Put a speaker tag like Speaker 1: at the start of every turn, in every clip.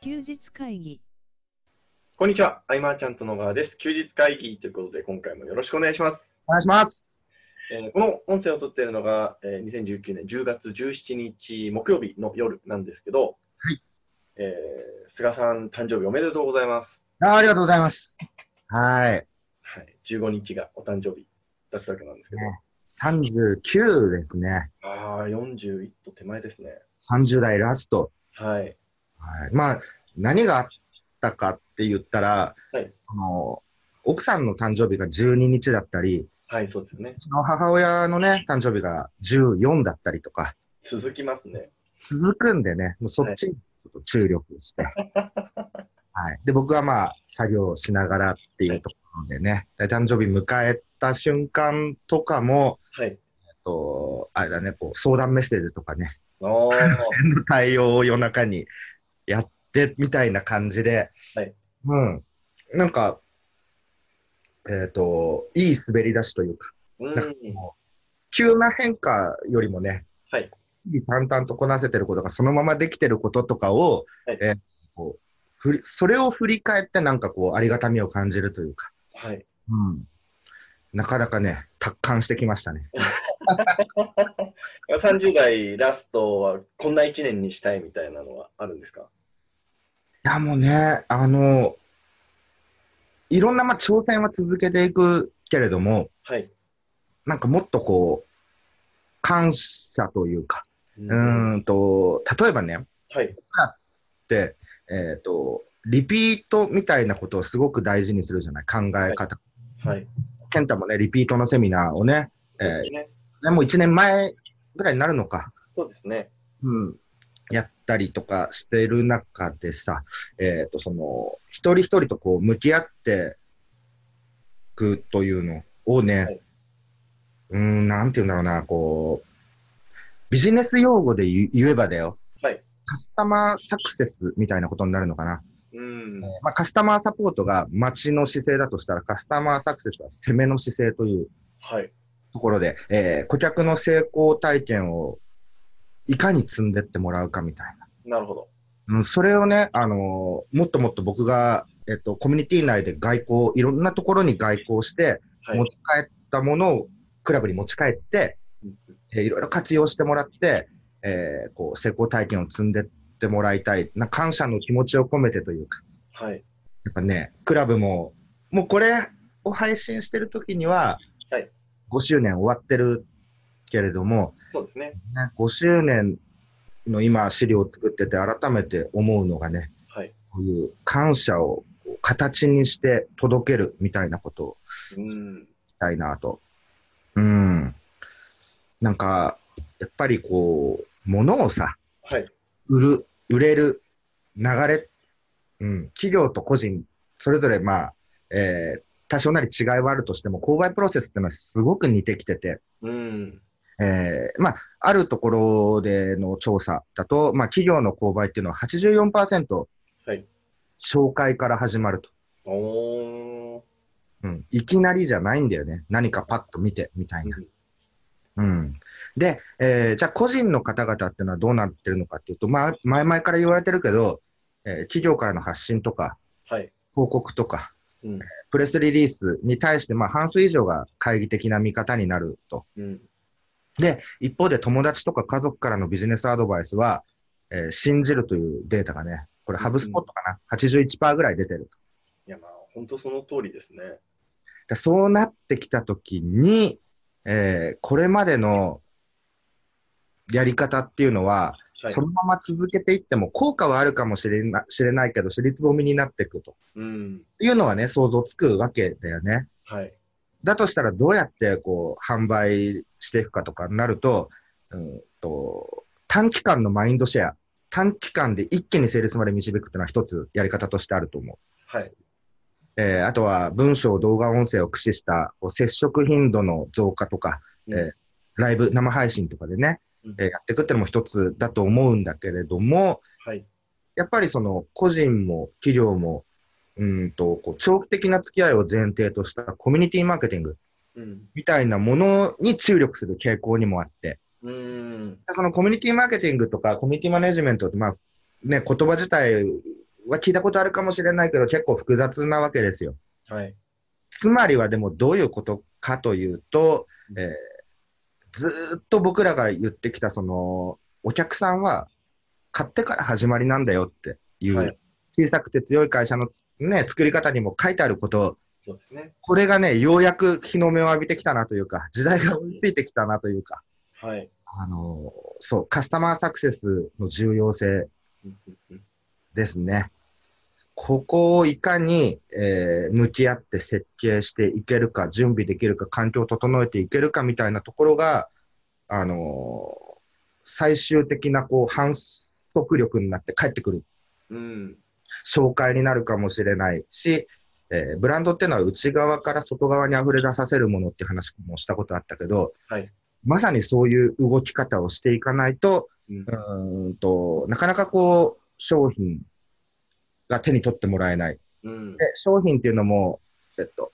Speaker 1: 休日会議
Speaker 2: こんにちは、アイマーちゃんと野川です。休日会議ということで、今回もよろしくお願いします。
Speaker 3: お願いします。
Speaker 2: えーこの音声を撮っているのが、えー2019年10月17日木曜日の夜なんですけど、
Speaker 3: はい
Speaker 2: えー菅さん、誕生日おめでとうございます。
Speaker 3: あありがとうございます。はい。
Speaker 2: はい、15日がお誕生日だったわけなんですけど、
Speaker 3: ね39ですね。
Speaker 2: ああ、41と手前ですね。
Speaker 3: 30代ラスト。
Speaker 2: はい。
Speaker 3: はい、まあ、何があったかって言ったら、
Speaker 2: はい
Speaker 3: その、奥さんの誕生日が12日だったり、
Speaker 2: はい、そうですね
Speaker 3: う。ちの母親のね、誕生日が14だったりとか、
Speaker 2: 続きますね。
Speaker 3: 続くんでね、もうそっちにちょっと注力 して。はい。で、僕はまあ、作業しながらっていうところでね、で誕生日迎えた瞬間とかも、
Speaker 2: はい。
Speaker 3: えっと、あれだね、こう、相談メッセージとかね、
Speaker 2: あー
Speaker 3: 対応を夜中にやってみたいな感じで、
Speaker 2: はい
Speaker 3: うん。なんか、えっ、と、いい滑り出しというか、
Speaker 2: うん。
Speaker 3: 急な変化よりもね、
Speaker 2: はい
Speaker 3: 日々淡々とこなせてることがそのままできてることとかを、
Speaker 2: はい
Speaker 3: えーこうふりそれを振り返ってなんかこうありがたみを感じるというか、
Speaker 2: はい。
Speaker 3: うん、なかなかね達観してきましたね。
Speaker 2: 30代ラストはこんな1年にしたいみたいなのはあるんですか
Speaker 3: いやもうねあのいろんなまあ挑戦は続けていくけれども
Speaker 2: はい。
Speaker 3: なんかもっとこう感謝というか
Speaker 2: う
Speaker 3: うーんと例えばね
Speaker 2: はい。
Speaker 3: って、えー、とリピートみたいなことをすごく大事にするじゃない考え方、
Speaker 2: はい。
Speaker 3: 健太もねリピートのセミナーをね,、え
Speaker 2: そう
Speaker 3: ー
Speaker 2: ですね。
Speaker 3: ねもう1年前ぐらいになるのか、
Speaker 2: そうですね。
Speaker 3: うん、やったりとかしてる中でさ、えー、とその一人一人とこう向き合っていくというのをね、
Speaker 2: はい
Speaker 3: うんなんて言うんだろうなこうビジネス用語で言う言えばだよ、
Speaker 2: はい
Speaker 3: カスタマーサクセスみたいなことになるのかな。
Speaker 2: うん。
Speaker 3: えーまあ、カスタマーサポートが待ちの姿勢だとしたら、カスタマーサクセスは攻めの姿勢という
Speaker 2: はい。
Speaker 3: ところで、えー顧客の成功体験をいかに積んでってもらうかみたい
Speaker 2: なるほど。
Speaker 3: な。うん、それをね、あのーもっともっと僕が、えっと、コミュニティ内で外交、いろんなところに外交して、
Speaker 2: はい
Speaker 3: 持。ち帰ったものをクラブに持ち帰って、
Speaker 2: うん
Speaker 3: えーいろいろ活用してもらって、えーこう成功体験を積んでってもらいたいな感謝の気持ちを込めてというか、
Speaker 2: はい。
Speaker 3: やっぱね、クラブも、もうこれを配信してる時には、
Speaker 2: はい
Speaker 3: 5周年終わってるけれども、
Speaker 2: そうですね。
Speaker 3: ね、5周年の今、資料を作ってて、改めて思うのがね、
Speaker 2: はい。
Speaker 3: こういう感謝をこう形にして届けるみたいなことを
Speaker 2: うん。
Speaker 3: したいなと。うん。なんか、やっぱりこう、物をさ、
Speaker 2: はい。
Speaker 3: 売る、売れる流れ、うん、企業と個人、それぞれまあ、えー多少なり違いはあるとしても、購買プロセスってのはすごく似てきてて、
Speaker 2: うん。
Speaker 3: えーまあ、あるところでの調査だと、まあ、企業の購買っていうのは84%、
Speaker 2: はい
Speaker 3: 紹介から始まると、
Speaker 2: おー。
Speaker 3: うん。いきなりじゃないんだよね。何かパッと見て、みたいな。うん。で、えーじゃあ個人の方々っていうのはどうなってるのかっていうと、まあ、前々から言われてるけど、えー企業からの発信とか、
Speaker 2: はい。
Speaker 3: 報告とか、
Speaker 2: うん。
Speaker 3: プレスリリースに対して、まあ、半数以上が懐疑的な見方になると。
Speaker 2: うん。
Speaker 3: で、一方で友達とか家族からのビジネスアドバイスは、えー信じるというデータがね、これハブスポットかな、81%ぐらい出てると。
Speaker 2: いや、まあ、本当その通りですね。
Speaker 3: だそうなってきたときに、えーこれまでのやり方っていうのは、
Speaker 2: はい
Speaker 3: そ。のまま続けていっても効果はあるかもしれな知れないけど、尻つぼみになっていくと
Speaker 2: うん。
Speaker 3: いうのはね、想像つくわけだよね。
Speaker 2: はい。
Speaker 3: だとしたらどうやってこう販売していくかとかになると,、うん、と短期間のマインドシェア短期間で一気に成立まで導くっていうのは一つやり方としてあると思
Speaker 2: はい。
Speaker 3: う、えーあとは文章動画音声を駆使したこう接触頻度の増加とか
Speaker 2: うん
Speaker 3: えライブ生配信とかでね、
Speaker 2: うん
Speaker 3: えーやっていくっていうのも一つだと思うんだけれども
Speaker 2: はい。
Speaker 3: やっぱりその個人も企業もうんとこう長期的な付き合いを前提としたコミュニティマーケティング
Speaker 2: うん。
Speaker 3: みたいなものに注力する傾向にもあって、
Speaker 2: うん。
Speaker 3: そのコミュニティマーケティングとかコミュニティマネジメントって、まあね、言葉自体は聞いたことあるかもしれないけど、結構複雑なわけですよ。
Speaker 2: はい。
Speaker 3: つまりはでもどういうことかというと、えーずーっと僕らが言ってきたそのお客さんは買ってから始まりなんだよっていう、
Speaker 2: はい
Speaker 3: 小さくて強い会社のつ、ね、作り方にも書いてあること
Speaker 2: そうですね。
Speaker 3: これがねようやく日の目を浴びてきたなというか時代が追いついてきたなというか、
Speaker 2: はい。
Speaker 3: あのーそうカスタマーサクセスの重要性
Speaker 2: うんうんうん
Speaker 3: ですね。ここをいかに、えー向き合って設計していけるか、準備できるか、環境を整えていけるかみたいなところが、あのー最終的なこう反則力になって帰ってくる
Speaker 2: うん。
Speaker 3: 紹介になるかもしれないし、えーブランドっていうのは内側から外側に溢れ出させるものって話もしたことあったけど、
Speaker 2: はい
Speaker 3: まさにそういう動き方をしていかないと、
Speaker 2: うん
Speaker 3: うーんとなかなかこう商品が手に取ってもらえない。
Speaker 2: うん
Speaker 3: で商品っていうのも、えっと、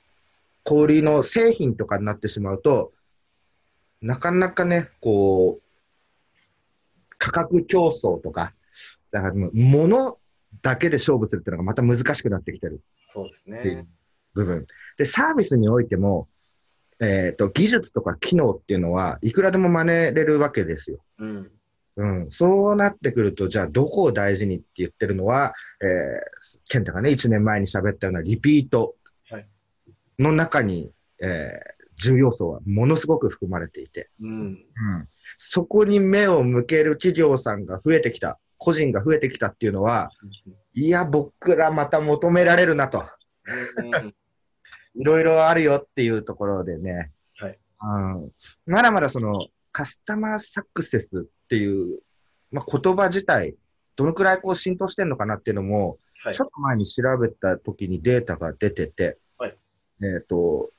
Speaker 3: 小売りの製品とかになってしまうと、なかなかね、こう、価格競争とか、だからもう物だけで勝負するっていうのがまた難しくなってきてる
Speaker 2: そうです
Speaker 3: っていう
Speaker 2: ね。
Speaker 3: 部分。で、サービスにおいても、えっと、技術とか機能っていうのはいくらでも真似れるわけですよ。
Speaker 2: うん。
Speaker 3: うん、そうなってくると、じゃあ、どこを大事にって言ってるのは、えー、健太がね、1年前に喋ったようなリピート
Speaker 2: はい
Speaker 3: の中に、えー重要素はものすごく含まれていて、
Speaker 2: うん。
Speaker 3: そこに目を向ける企業さんが増えてきた、個人が増えてきたっていうのは、いや、僕らまた求められるなと、
Speaker 2: うん
Speaker 3: いろいろあるよっていうところでね、
Speaker 2: はい
Speaker 3: うん、まだまだそのカスタマーサクセスっていう、まあ、言葉自体、どのくらいこう浸透してるのかなっていうのも、
Speaker 2: はい
Speaker 3: ちょ。っと前に調べた時にデータが出てて、
Speaker 2: はい
Speaker 3: えっ、と、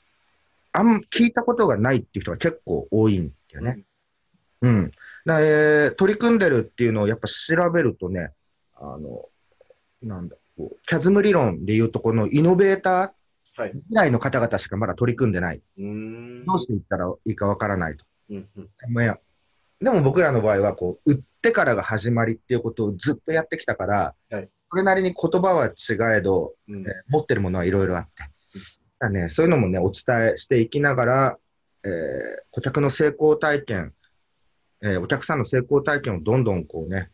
Speaker 3: あんま聞いたことがないっていう人が結構多いんだよね。うん。だからえー取り組んでるっていうのをやっぱ調べるとね、あの、なんだ、こう、キャズム理論でいうとこのイノベータ
Speaker 2: は
Speaker 3: ー
Speaker 2: い
Speaker 3: 以来の方々しかまだ取り組んでない。
Speaker 2: うん。
Speaker 3: どうしていったらいいかわからないと。
Speaker 2: うんうん
Speaker 3: まあいやでも僕らの場合は、こう、売ってからが始まりっていうことをずっとやってきたから、
Speaker 2: はい
Speaker 3: それなりに言葉は違えど、
Speaker 2: うん
Speaker 3: えー持ってるものはいろいろあって、だからね、そういうのもね、お伝えしていきながら、えー顧客の成功体験、えーお客さんの成功体験をどんどんこうね、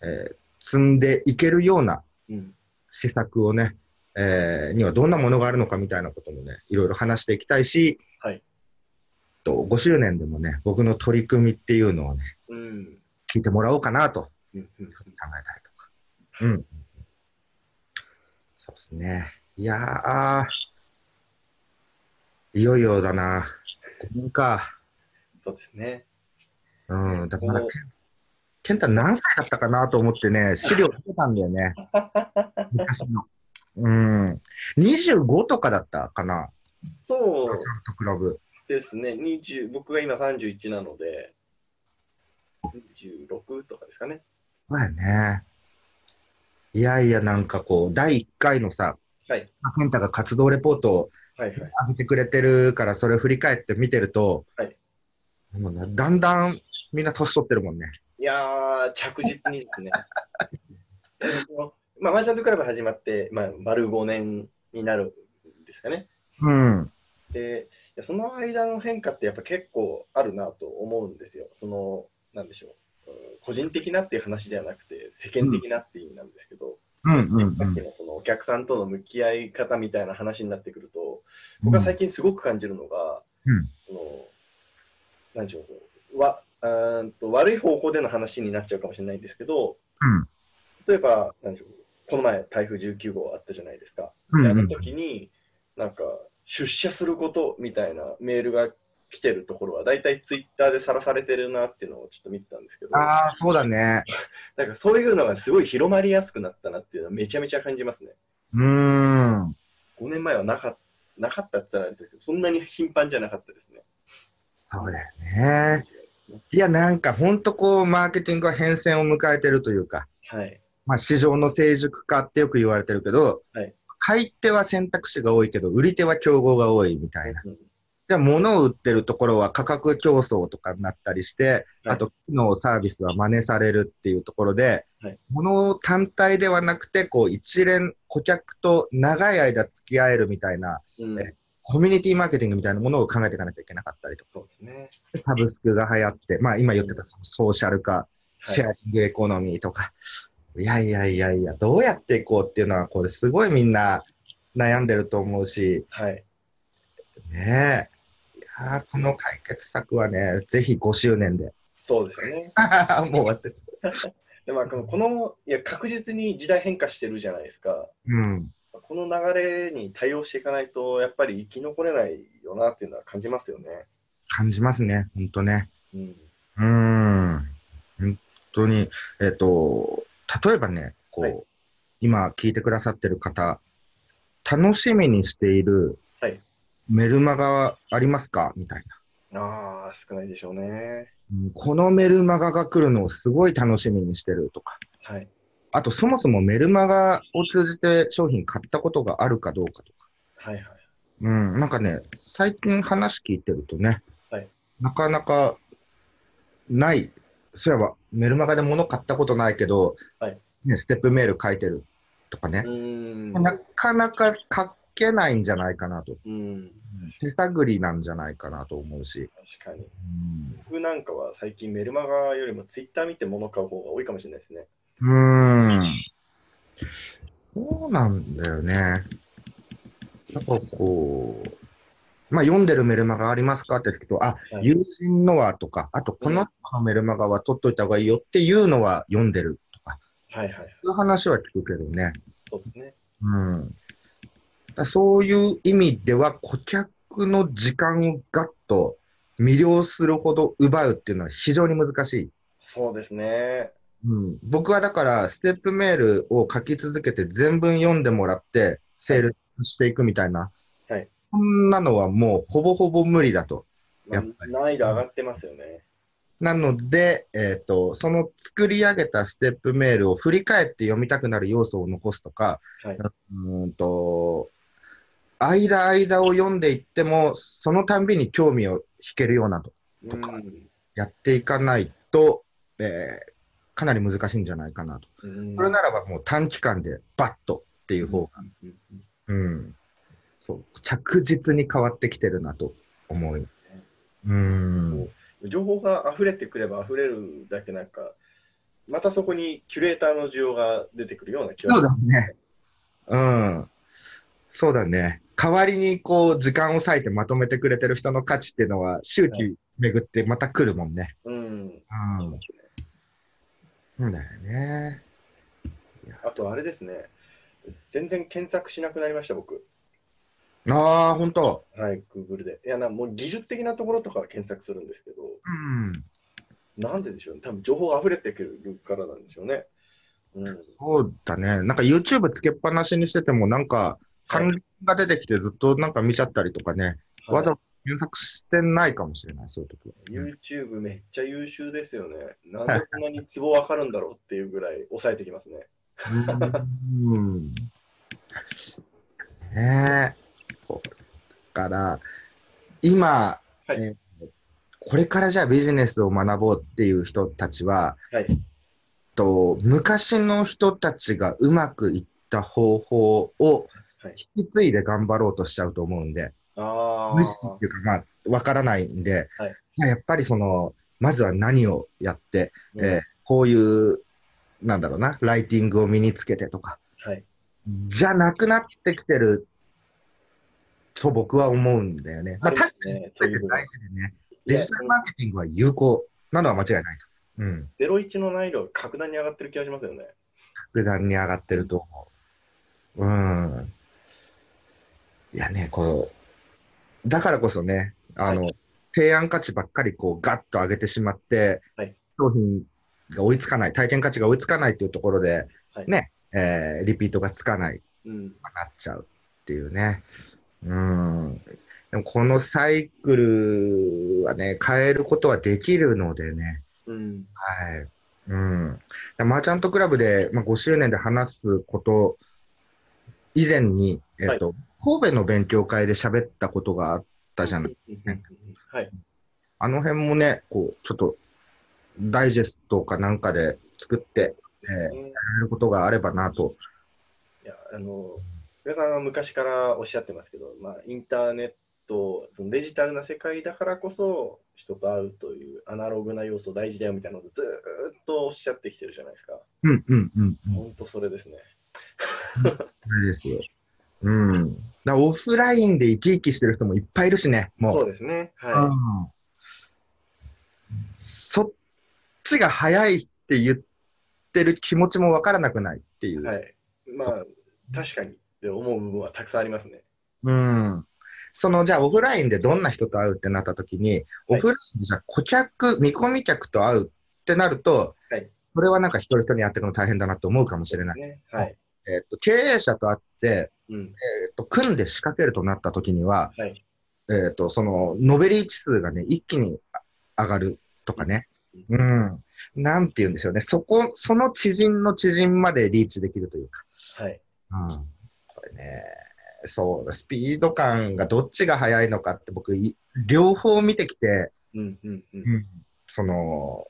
Speaker 3: えー積んでいけるような
Speaker 2: うん。
Speaker 3: 施策をね、えーにはどんなものがあるのかみたいなこともね、いろいろ話していきたいし、
Speaker 2: はい
Speaker 3: と5周年でもね、僕の取り組みっていうのをね、
Speaker 2: うん。
Speaker 3: 聞いてもらおうかなと
Speaker 2: うんうん
Speaker 3: 考えたりとか。うん。そうですね。いやー、いよいよだな。5年か。
Speaker 2: そうですね。
Speaker 3: うん。だから
Speaker 2: こう、
Speaker 3: 健太何歳だったかなと思ってね、資料見てたんだよ ね。昔の。うん。25とかだったかな。
Speaker 2: そう
Speaker 3: とクラブ。
Speaker 2: ですね。20僕が今31なので、26とかですかね。
Speaker 3: そうやね。いやいや、なんかこう、第1回のさ、
Speaker 2: はい
Speaker 3: まあ健太が活動レポートを
Speaker 2: はいはい。
Speaker 3: 上げてくれてるから、それを振り返って見てると、
Speaker 2: はい
Speaker 3: もうなだんだんみんな年取ってるもんね。
Speaker 2: いやー、着実にですね。えっとまあ、ワンシャントクラブ始まって、まあ、丸5年になるんですかね。
Speaker 3: うん。
Speaker 2: で、いやその間の変化ってやっぱ結構あるなと思うんですよ。その、なんでしょう。うん個人的なっていう話ではなくて、世間的なっていう意味なんですけど、
Speaker 3: うんうん
Speaker 2: さっきのそのお客さんとの向き合い方みたいな話になってくると、僕は最近すごく感じるのが、
Speaker 3: うん
Speaker 2: そのなんでしょうわうーんと悪い方向での話になっちゃうかもしれないんですけど、
Speaker 3: うん
Speaker 2: 例えばなんでしょうこの前台風19号あったじゃないですか、
Speaker 3: うん
Speaker 2: であ
Speaker 3: うん
Speaker 2: の時になんか出社することみたいなメールが来てるところは大体ツイッターでさらされてるなっていうのをちょっと見てたんですけどな
Speaker 3: ああ、そうだね。
Speaker 2: んかそういうのがすごい広まりやすくなったなっていうのはめちゃめちゃ感じますね
Speaker 3: うーん。
Speaker 2: 5年前はなかっなかったって言ったらあれですけどそんなに頻繁じゃなかったですね
Speaker 3: そうだよね。いや、なんかほんとこう、マーケティングは変遷を迎えてるというか、
Speaker 2: はい
Speaker 3: まあ、市場の成熟化ってよく言われてるけど、
Speaker 2: はい
Speaker 3: 買い手は選択肢が多いけど、売り手は競合が多いみたいな。
Speaker 2: うん
Speaker 3: でじゃあ物を売ってるところは価格競争とかになったりして、
Speaker 2: はい
Speaker 3: あと機能サービスは真似されるっていうところで、
Speaker 2: はい
Speaker 3: 物単体ではなくて、こう一連顧客と長い間付き合えるみたいな、
Speaker 2: うん
Speaker 3: えコミュニティマーケティングみたいなものを考えていかなきゃいけなかったりとか、
Speaker 2: そうですね。
Speaker 3: サブスクが流行って、まあ今言ってたソーシャル化、
Speaker 2: はい
Speaker 3: シェアリングエコノミーとか、いやいやいやいや、どうやっていこうっていうのは、これすごいみんな悩んでると思うし、
Speaker 2: はい。
Speaker 3: ねえ。いやーこの解決策はね、ぜひ5周年で。
Speaker 2: そうですね。
Speaker 3: もう終わってる。
Speaker 2: でまあ、このこの、いや、確実に時代変化してるじゃないですか。
Speaker 3: うん。
Speaker 2: この流れに対応していかないと、やっぱり生き残れないよなっていうのは感じますよね。
Speaker 3: 感じますね、ほんとね。
Speaker 2: うん。
Speaker 3: うーん。本当に、えっ、と、例えばね、こう、
Speaker 2: はい
Speaker 3: 今聞いてくださってる方、楽しみにしている
Speaker 2: はい
Speaker 3: メルマガありますかみたいな。
Speaker 2: ああ、少ないでしょうね。
Speaker 3: うんこのメルマガが来るのをすごい楽しみにしてるとか、
Speaker 2: はい。
Speaker 3: あとそもそもメルマガを通じて商品買ったことがあるかどうかとか、
Speaker 2: はいはい。
Speaker 3: うん、なんかね、最近話聞いてるとね、
Speaker 2: はい
Speaker 3: なかなかない、そういえばメルマガで物買ったことないけど、
Speaker 2: はい
Speaker 3: ね、ステップメール書いてるとかね
Speaker 2: う、ん。
Speaker 3: なかなか書けないんじゃないかなと、
Speaker 2: うん。
Speaker 3: 手探りなんじゃないかなと思うし、
Speaker 2: 確かに。
Speaker 3: うん
Speaker 2: 僕なんかは最近メルマガよりもツイッター見て物買う方が多いかもしれないですね。
Speaker 3: うーん。そうなんだよね。やっぱこう、まあ、読んでるメルマガありますかって聞くと、あ、
Speaker 2: はい
Speaker 3: 友人のはとか、あとこの人のメルマガは取っといた方がいいよっていうのは読んでるとか、
Speaker 2: はいはい。
Speaker 3: そういう話は聞くけどね。
Speaker 2: そうですね。
Speaker 3: うん。だからそういう意味では、顧客の時間をガッと魅了するほど奪うっていうのは非常に難しい。
Speaker 2: そうですね。
Speaker 3: うん、僕はだから、ステップメールを書き続けて全文読んでもらって、セールしていくみたいな、
Speaker 2: はい
Speaker 3: そんなのはもうほぼほぼ無理だと。
Speaker 2: まあ
Speaker 3: やっぱり
Speaker 2: 難易度上がってますよね。
Speaker 3: なので、えっと、その作り上げたステップメールを振り返って読みたくなる要素を残すとか、
Speaker 2: はいう
Speaker 3: ーんと、間間を読んでいっても、そのたんびに興味を引けるようなと、
Speaker 2: うん。
Speaker 3: やっていかないと、えーかなり難しいんじゃないかなと。
Speaker 2: うん
Speaker 3: それならばもう短期間でバッとっていう方が、
Speaker 2: うんうん
Speaker 3: うん、そう着実に変わってきてるなと思う。うん、
Speaker 2: 情報が溢れてくれば溢れるだけなんか、またそこにキュレーターの需要が出てくるような気が
Speaker 3: そうだね。うん。そうだね。代わりにこう時間を割いてまとめてくれてる人の価値っていうのは
Speaker 2: は
Speaker 3: 周期巡ってまた来るもんね。
Speaker 2: うん。
Speaker 3: うん。そうだよね。
Speaker 2: あとあれですね。全然検索しなくなりました、僕。
Speaker 3: ああ、本当。
Speaker 2: はい、Google で。いや、なもう技術的なところとかは検索するんですけど、
Speaker 3: うん。
Speaker 2: なんででしょうね。多分情報が溢れてくるからなんでしょうね。うん。
Speaker 3: そうだね。なんか YouTube つけっぱなしにしててもなんか関連が出てきてずっとなんか見ちゃったりとかね。わざわざ検索してないかもしれない、そういう時は。
Speaker 2: YouTube めっちゃ優秀ですよね。なんでこんなにツボわかるんだろうっていうぐらい抑えてきますね。
Speaker 3: うん。ねえ。こうだから、今、
Speaker 2: はい
Speaker 3: えーこれからじゃあビジネスを学ぼうっていう人たちは、
Speaker 2: はい
Speaker 3: と昔の人たちがうまくいった方法を
Speaker 2: はい
Speaker 3: 引き継いで頑張ろうとしちゃうと思うんで、
Speaker 2: ああ。
Speaker 3: 無意識っていうか、まあ、わからないんで、
Speaker 2: はい
Speaker 3: まあやっぱりその、まずは何をやって、
Speaker 2: うん
Speaker 3: えーこういう、なんだろうな、ライティングを身につけてとか、
Speaker 2: はい。
Speaker 3: じゃなくなってきてると僕は思うんだよね。まあ、
Speaker 2: そう
Speaker 3: 確
Speaker 2: で
Speaker 3: か
Speaker 2: す
Speaker 3: に
Speaker 2: ね
Speaker 3: 全て大事でね、
Speaker 2: いや
Speaker 3: デジタルマーケティングは有効なのは間違いないと。うん、
Speaker 2: 01の難易度が格段に上がってる気がしますよね。
Speaker 3: 格段に上がってると思う。うん。いやね、こう、だからこそね、あの、提案価値ばっかりこうガッと上げてしまって、
Speaker 2: はい
Speaker 3: 商品が追いつかない、体験価値が追いつかないっていうところで、
Speaker 2: はい
Speaker 3: ね、えーリピートがつかない
Speaker 2: うん。
Speaker 3: なっちゃうっていうね。うん。でもこのサイクルはね、変えることはできるのでね。
Speaker 2: うん。
Speaker 3: はい。うん。でマーチャントクラブで、まあ、5周年で話すこと以前に、えっ、と、神戸の勉強会で喋ったことがあったじゃない。
Speaker 2: うんうんうん はい。
Speaker 3: あの辺もね、こう、ちょっと、ダイジェストかなんかで作って、えー
Speaker 2: うん
Speaker 3: 伝えられることがあればなと。
Speaker 2: いや、あの、皆さんは昔からおっしゃってますけど、まあ、インターネット、そのデジタルな世界だからこそ、人と会うというアナログな要素大事だよみたいなのをずーっとおっしゃってきてるじゃないですか。
Speaker 3: うんうんうんうん。
Speaker 2: 本当それですね。
Speaker 3: あれですよ。うん。だオフラインで生き生きしてる人もいっぱいいるしね、もう。
Speaker 2: そうですね。
Speaker 3: う
Speaker 2: は
Speaker 3: んそっちが早いって言ってる気持ちもわからなくないってい
Speaker 2: い。
Speaker 3: う。
Speaker 2: はい。まあ、確かにって思う部分はたくさんありますね。
Speaker 3: うん。その、じゃあオフラインでどんな人と会うってなった時に、オフラインでじゃあ顧客、見込み客と会うってなると、
Speaker 2: はい
Speaker 3: それはなんか一人一人やっていくの大変だなと思うかもしれない。
Speaker 2: ね。はい。
Speaker 3: えっと、経営者と会って、
Speaker 2: うん。
Speaker 3: えっと、組んで仕掛けるとなった時には、
Speaker 2: はい。
Speaker 3: えっ、と、その、ノベリー値数がね、一気にあ上がるとかね。うん。なんて言うんでしょうね。そこ、その知人の知人までリーチできるというか。
Speaker 2: はい。
Speaker 3: うん。これね、そう、スピード感がどっちが速いのかって僕、い両方見てきて、
Speaker 2: うんうんうん。
Speaker 3: その、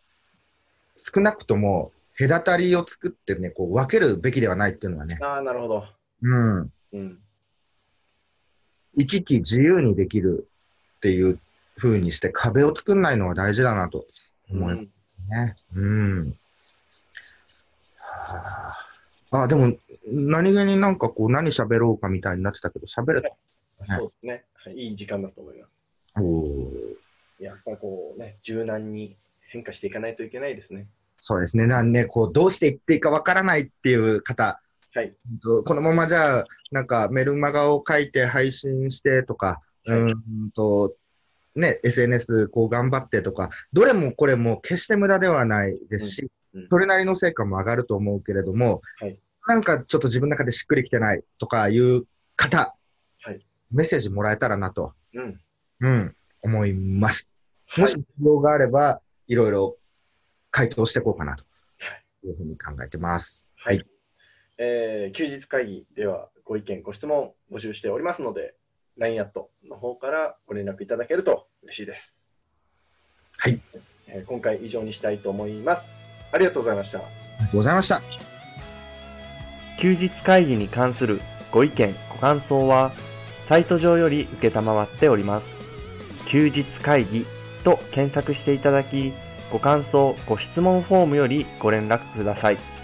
Speaker 3: 少なくとも隔たりを作ってね、こう分けるべきではないっていうのはね。
Speaker 2: ああ、なるほど。
Speaker 3: うん。
Speaker 2: うん。
Speaker 3: 行き来自由にできるっていう風にして壁を作んないのは大事だなと思います
Speaker 2: うん
Speaker 3: ね。うん。はあ、あでも、何気になんかこう、何喋ろうかみたいになってたけど、喋れた。
Speaker 2: そうですね。はいいい時間だと思います。
Speaker 3: おー
Speaker 2: やっぱこうね、柔軟に変化していかないといけないですね。
Speaker 3: そうですね。なんね、こう、どうしていっていいかわからないっていう方、
Speaker 2: はい。
Speaker 3: とこのままじゃあ、なんかメルマガを書いて配信してとか、
Speaker 2: はいう
Speaker 3: ーんと、ね、SNS こう頑張ってとか、どれもこれも決して無駄ではないですし、
Speaker 2: うんうん
Speaker 3: それなりの成果も上がると思うけれども、
Speaker 2: はい
Speaker 3: なんかちょっと自分の中でしっくりきてないとかいう方、
Speaker 2: はい
Speaker 3: メッセージもらえたらなと、
Speaker 2: うん。
Speaker 3: うん、思います。もし必要があれば、いろいろ回答していこうかなというふうに考えてます。
Speaker 2: はいい、えー休日会議ではご意見、ご質問募集しておりますので、LINE アットの方からご連絡いただけると嬉しいです。
Speaker 3: はい、
Speaker 2: えー今回以上にしたいと思います。ありがとうございました。
Speaker 3: ありがとうございました。
Speaker 1: 休日会議に関するご意見、ご感想は、サイト上より受けたまわっております。休日会議と検索していただき、ご感想、ご質問フォームよりご連絡ください。